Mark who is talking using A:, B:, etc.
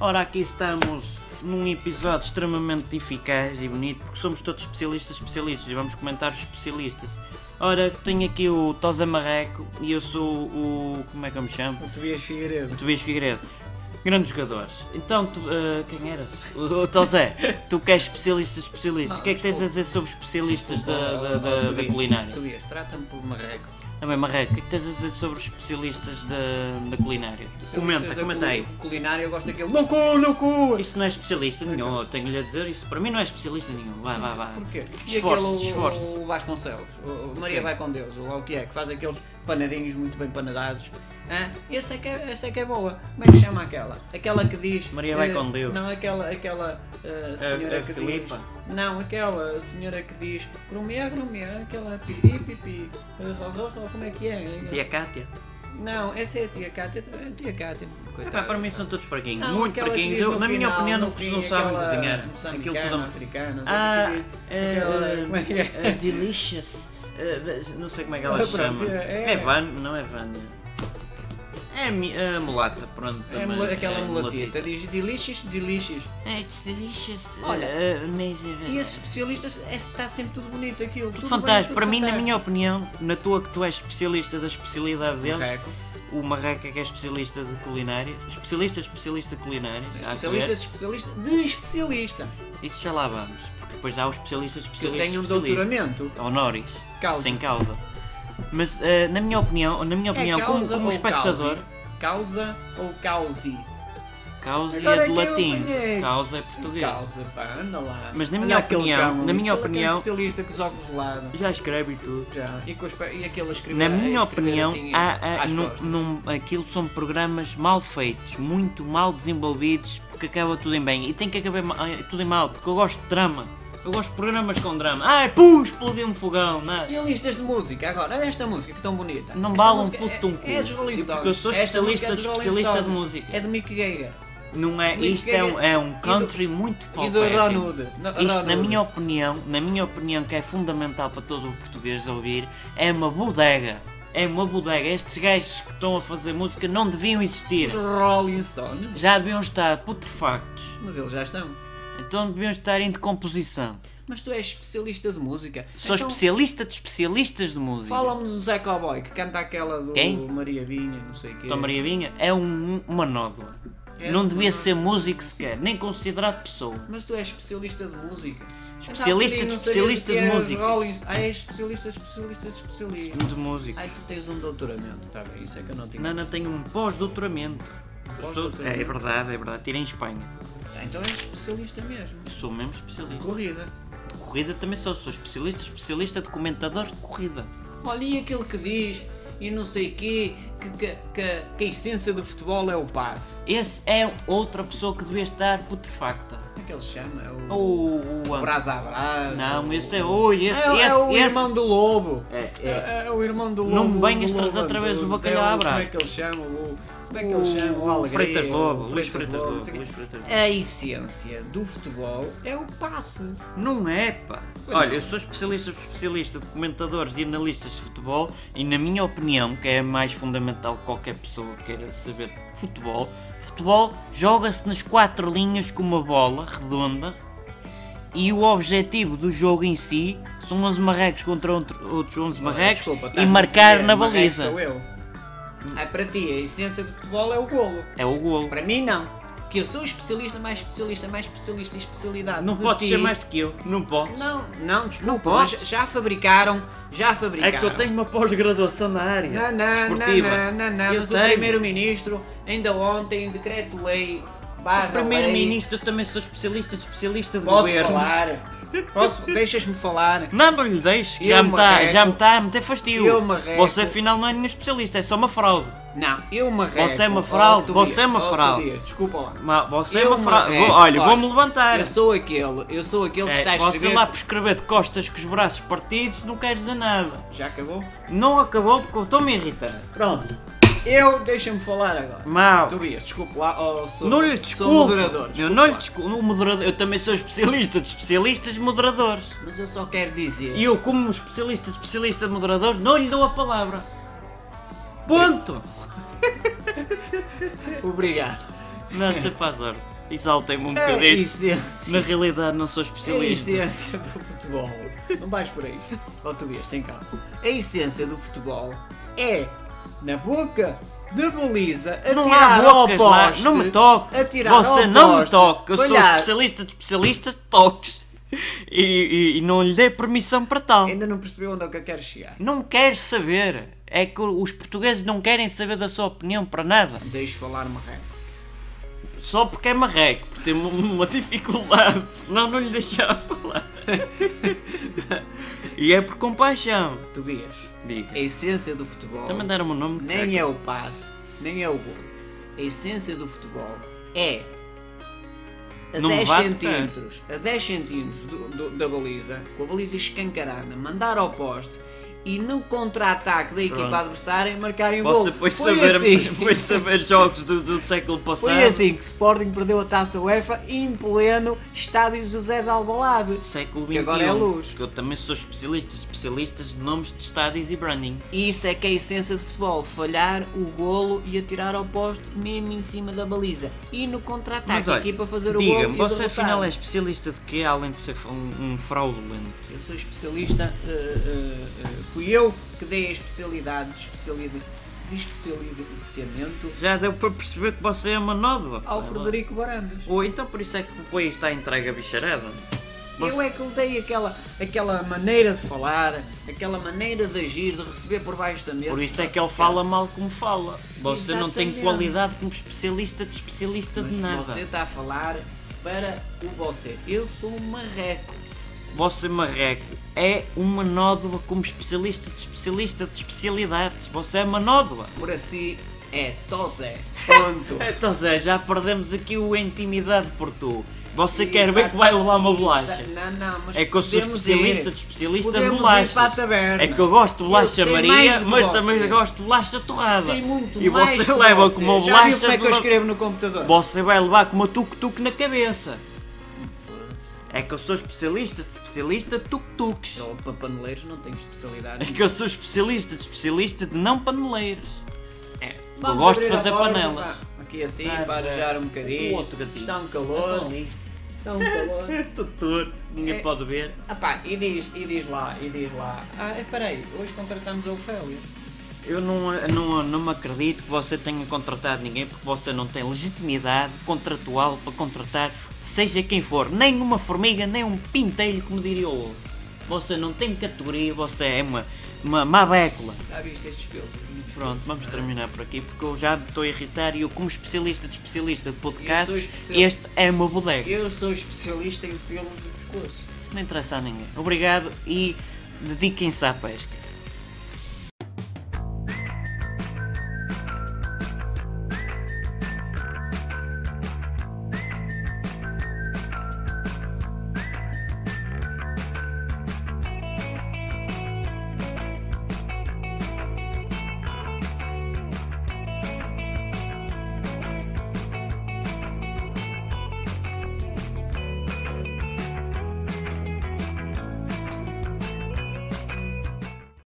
A: Ora, aqui estamos num episódio extremamente eficaz e bonito, porque somos todos especialistas, especialistas, e vamos comentar os especialistas. Ora, tenho aqui o Tosa Marreco e eu sou o. como é que eu me chamo?
B: O Tobias Figueiredo.
A: O Tobias Figueiredo. Grandes jogadores. Então, tu, ah, quem eras? O, o Tosé, tu queres especialistas, especialistas. O que é que tens a dizer sobre especialistas da, da, da- da culinária?
C: Tobias, trata-me por marreco.
A: Também, Marreco, o que é que tens a dizer sobre os especialistas da, da culinária? Comenta,
C: Vocês da
A: comenta aí.
C: culi- Culinária, eu gosto daquele
B: No cu, no cu!
A: Isso não é especialista nenhum, eu tenho-lhe a dizer, isso para mim não é especialista nenhum. Vá, vá, vá.
B: Porquê?
C: E
A: Esforce,
C: aquele,
A: esforce.
C: O Vasconcelos, o o Maria vai com Deus, ou lá o que é, que faz aqueles panadinhos muito bem panadados. Hã? Essa é que é, essa é que é boa. Como é que se chama aquela? Aquela que diz.
A: Maria vai
C: eh,
A: com Deus.
C: Não, aquela, aquela eh, senhora
A: a
C: que
A: Filipa?
C: diz. Não, aquela senhora que diz. Grumia, grumia, aquela pipi, pipi. eh, ro, ro, ro, Como é que é?
A: Tia Cátia.
C: Não, essa é a tia Cátia. A tia Cátia.
A: Ah,
C: coitada.
A: pá, para mim são todos fraquinhos,
C: Não,
A: muito
C: aquela que
A: fraquinhos.
C: diz
A: Eu,
C: no
A: na minha
C: final,
A: opinião,
C: no
A: não,
C: fim,
A: não sabem
C: aquela
A: desenhar. Aquilo
C: moçambicana,
A: tudo não-
C: africana, não sei
A: Ah,
C: o que diz.
A: eh,
C: Aquela- como um- é que é?
A: eh, Delicious. Eh, de- não sei como é que ela
B: Ah,
A: se
B: pronto,
A: chama.
B: é-
A: É Van, não é Van. É a mi- a mulata, pronto.
C: É
A: também,
C: mula- aquela
A: é
C: mulatita diz delicious, delicious.
A: É, It's delicious.
C: Olha,
A: eh, amazing.
C: E esses especialistas, é- está sempre tudo bonito aquilo.
A: Tudo
C: bem,
A: fantástico.
C: tudo
A: Para mim, na minha
C: fantástico.
A: opinião, na tua que tu és especialista da especialidade deles,
C: Marreco.
A: o Marreca que é especialista de culinária, especialista, especialista de culinária, há que
C: Especialista de especialista de especialista.
A: ver. isso já lá vamos, porque depois há os especialistas,
C: Se eu
A: especialistas,
C: tenho um
A: especialistas.
C: doutoramento.
A: honoris,
C: Causa.
A: sem causa. Mas eh, na minha opinião, na minha opinião,
C: é
A: como,
C: causa
A: como
C: ou
A: espectador,
C: Causa, causa ou causi?
A: causa
B: Agora
A: é
B: é
A: de
C: um
B: que eu
A: latim,
B: apanhei.
A: causa é português.
C: Causa, pá, anda lá.
A: Mas na
C: Anda
A: minha
C: aquele
A: opinião-
C: cão,
A: na minha
C: aquele que é
A: opinião-
C: especialista com os óculos de lado.
A: Já escreve e tudo.
C: Já. E, com os pé- e aquele a escrever-
A: Na
C: a
A: minha
C: escrever
A: opinião,
C: assim,
A: há, há,
C: às
A: num-
C: costas.
A: num- aquilo são programas mal feitos, muito mal desenvolvidos, porque acaba tudo em bem. E tem que acabar ma- eh, tudo em mal, porque eu gosto de drama. Eu gosto de programas com drama. Ah, pum, explodiu um fogão, não é?
C: Especialistas de música, agora, olha esta música que é tão bonita.
A: Não
C: Esta
A: vale um
C: música
A: puto
C: é-
A: de um cu.
C: É dos Rolling
A: E
C: Stones.
A: porque eu sou
C: Esta
A: especialista
C: música é dos
A: de
C: Rolling
A: especialista de
C: Stones.
A: música.
C: É de Mick Geiger.
A: Não é?
C: Mas
A: Isto é um, é um
C: e do-
A: country muito pop.
C: e do
A: é aquilo.
C: Ronald. No-
A: Isto, na
C: Ronald.
A: minha opinião, na minha opinião, que é fundamental para todo o português ouvir, é uma bodega. É uma bodega. Estes gajos que estão a fazer música não deviam existir.
C: Os Rolling Stones.
A: Já deviam estar putrefactos.
C: Mas eles já estão.
A: Então deviam estar em decomposição.
C: Mas tu és especialista de música.
A: Sou
C: Então,
A: especialista de especialistas de música.
C: Fala-me do Zé Cowboy que canta aquela do
A: Quem?
C: Maria Vinha, não sei o quê.
A: Dom Maria Vinha é um, uma nódoa.
C: É
A: não
C: uma
A: devia
C: nódoa.
A: ser músico sequer, nem considerado pessoa.
C: Mas tu és especialista de música.
A: Especialista
C: Mas há bocadinho
A: de
C: não sabias
A: especialista de
C: que eras
A: música.
C: Rolling... Ah, és especialista, especialista, especialista.
A: De músico.
C: Ai, tu tens um doutoramento, tá bem, isso é que eu não tinha.
A: Não, não
C: percebido.
A: tenho um pós-doutoramento. Eu sou-
C: Pós-doutoramento.
A: É verdade, é verdade. Tirei em Espanha.
C: Ah, Então és especialista mesmo.
A: Eu sou mesmo especialista.
C: Corrida.
A: De corrida também sou. Sou especialista, especialista de comentadores de corrida.
C: Olha, e aquele que diz, e não sei quê, que, que, que, que a essência do futebol é o passe.
A: Esse é outra pessoa que devia estar putrefacta.
C: Como é que ele se chama? É o.
A: Ou o
C: É o
A: André.
C: Brás a Brás,
A: Não,
C: o-
A: esse é olho, esse,
C: É,
A: esse,
C: é o
A: esse.
C: irmão do Lobo.
A: É,
C: É, é o irmão do Lobo.
A: Não me venhas
C: do Lobo
A: trazer outra vez o
C: Antunes,
A: bacalhau
C: é
A: à
C: o-
A: Brás.
C: Como é que ele chama? O, como é que ele chama? O,
A: O
C: Alegria,
A: Um Freitas Lobo, um
C: o
A: Luís Freitas Lobo,
C: não sei o quê.
A: Luís Freitas Lobo.
C: A essência do futebol é o passe.
A: Não é, pá.
C: Pois
A: Olha,
C: não.
A: eu sou especialista, especialista de comentadores e analistas de futebol e na minha opinião, que é mais fundamental que qualquer pessoa que queira saber de futebol, futebol joga-se nas quatro linhas com uma bola redonda e o objetivo do jogo em si são 11 marrecos contra outro- outros 11 marrecos
C: Desculpa,
A: e
C: estás-me a
A: marcar
C: ofender,
A: na
C: marreco
A: baliza.
C: Sou eu. Ah, para ti, a essência do futebol é o golo.
A: É o golo.
C: Para mim, não. Que eu sou especialista, mais especialista, mais especialista, e especialidade.
A: Não
C: de
A: podes
C: ti.
A: ser mais do que eu. Não podes.
C: Não, não, desculpa.
A: Não podes.
C: mas já fabricaram, já
A: É
C: fabricaram.
A: que eu tenho uma pós-graduação na área
C: Não, não,
A: desportiva.
C: não, não, não,
A: Eu
C: mas
A: tenho.
C: o Primeiro-Ministro, ainda ontem, decreto-lei, barra
A: O Primeiro-Ministro, eu também sou especialista de especialista de
C: lei. Posso
A: governo.
C: falar? Posso? Deixas-me falar?
A: Não lhe deixes, que
C: Eu,
A: já me está
C: marreco.
A: já me tá a meter fastio.
C: Eu, marreco.
A: Você afinal não é nenhum especialista, é só uma fraude.
C: Não, eu marreco.
A: Você é uma
C: Oh,
A: fraude,
C: Tobias,
A: você é uma
C: oh,
A: fraude.
C: Tobias, Desculpa lá.
A: Ma- Você é
C: Eu,
A: uma fraude.
C: marreco,
A: Vou- olha,
C: olha,
A: vou-me levantar.
C: Eu sou aquele, eu sou aquele que
A: É,
C: está a
A: você
C: escrever...
A: lá por escrever de costas com os braços partidos não quer dizer nada.
C: Já acabou?
A: Não acabou porque eu estou-me a irritar.
C: Pronto. Eu, deixa-me falar agora.
A: Mau.
C: Tobias, desculpa lá, oh, sou,
A: Não lhe
C: sou
A: desculpo.
C: moderador.
A: eu
C: desculpa
A: não lhe
C: lá.
A: desculpo. O moderador- Eu também sou especialista de especialistas moderadores.
C: Mas eu só quero dizer...
A: E eu, como especialista, especialista de moderadores, não lhe dou a palavra. Ponto!
C: Obrigado.
A: Não, você faz hora. exaltem-me um
C: A
A: bocadinho. Na
C: essência.
A: realidade, não sou
C: É A
A: especialista.
C: essência do futebol. Não vais por aí. Ou tu vês, tem cá. A essência do futebol é na boca de baliza,
A: não há
C: atirar ao
A: brocas lá,
C: poste.
A: não me toque.
C: Atirar
A: Você
C: ao
A: não me
C: poste,
A: toque. Eu sou
C: falhar.
A: especialista de especialistas de toques. E, e- e não lhe dei permissão para tal.
C: Ainda não percebeu onde é que eu quero chegar.
A: Não quero saber. É que os portugueses não querem saber da sua opinião para nada.
C: Deixo falar marreco.
A: Só porque é marreco, porque tem uma, uma dificuldade, senão não lhe deixava falar. e é por compaixão.
C: Tobias, a
A: Diga.
C: essência do futebol
A: Também deram o nome de
C: nem é o passe, nem é o gol. A essência do futebol é a
A: Não
C: 10
A: bate,
C: centímetros, a 10 centímetros do- do- da baliza, com a baliza escancarada, mandar ao poste e no contra-ataque da equipa
A: Pronto.
C: adversária marcarem o gol.
A: Você foi
C: Foi
A: saber,
C: assim.
A: foi saber jogos do, do século passado.
C: Foi assim que Sporting perdeu a taça UEFA em pleno estádio José de Alvalade.
A: Século XXI.
C: Que agora é a luz.
A: Que eu também sou especialista, especialistas de nomes de estádios e branding.
C: E isso é que é a essência de futebol: falhar o golo e atirar ao poste mesmo em cima da baliza. E no
A: Mas
C: contra-ataque,
A: olha,
C: a equipa fazer o golo.
A: diga-me,
C: e
A: você
C: derrotar.
A: afinal é especialista de quê, além de ser um, um fraudulento?
C: Eu sou especialista, eh, eh, eh, fui eu que dei a especialidade de, especialida, de especialiciamento
A: Já deu para perceber que você é uma nódoa.
C: ao
A: pá.
C: Frederico Barandas.
A: Ou então por isso é que o país está entregue a bicharada? Você-
C: Eu é que lhe dei aquela, aquela maneira de falar, aquela maneira de agir, de receber por baixo da mesa.
A: Por isso é que ele fala mal como fala. Você não tem
C: Exatamente.
A: qualidade como especialista de especialista de nada.
C: Você
A: Você,
C: está a falar para o você. Eu sou um marreco.
A: marreco, é uma nódoa como especialista de especialista de especialidades. Você é uma nódoa.
C: Por assim é Tosé. Ponto.
A: Então Zé, já perdemos aqui o intimidade por tu. Você
C: Exato.
A: quer ver que vai levar uma bolacha?
C: Exa- Não, não, mas
A: É que eu sou
C: podemos
A: especialista
C: ir.
A: de especialista de
C: Podemos ir
A: bolachas.
C: para a taberna.
A: É que eu gosto de bolacha
C: Eu sei
A: Maria,
C: mais de
A: mas
C: você.
A: também gosto de bolacha torrada.
C: Sei muito
A: e
C: mais
A: você
C: que
A: leva
C: você.
A: com uma
C: Já viu
A: bolacha.
C: como é que eu
A: de-
C: escrevo no computador?
A: Você vai levar com uma tuk-tuk na cabeça. É que eu sou especialista de especialista de tuk-tuks.
C: Eu, para paneleiros não tenho
A: É
C: especialidade.
A: que eu sou especialista de especialista de não paneleiros.
C: É.
A: Eu gosto de fazer panelas.
C: Aqui assim,
A: Ah,
C: para
A: já.
C: arejar um bocadinho.
A: Um outro gatinho. Então,
C: Está um calor. Está um calor.
A: Estou torto, ninguém
C: É.
A: pode ver.
C: ah pá, e diz, e diz lá, e diz lá. Ah, espera aí, hoje contratamos a Ofélia.
A: Eu não, não, não me acredito que você tenha contratado ninguém porque você não tem legitimidade contratual para contratar seja quem for, nem uma formiga, nem um pintelho, como diria o outro. Você não tem categoria, você é uma, uma má bécula.
C: Já viste estes filmes?
A: Pronto, vamos terminar por aqui porque eu já me estou a irritar e eu, como especialista de especialista de
C: Eu
A: podcast,
C: sou especial-
A: este é uma bodega.
C: Eu sou especialista em pelos do pescoço.
A: Isso não interessa a ninguém. Obrigado e dediquem-se à pesca.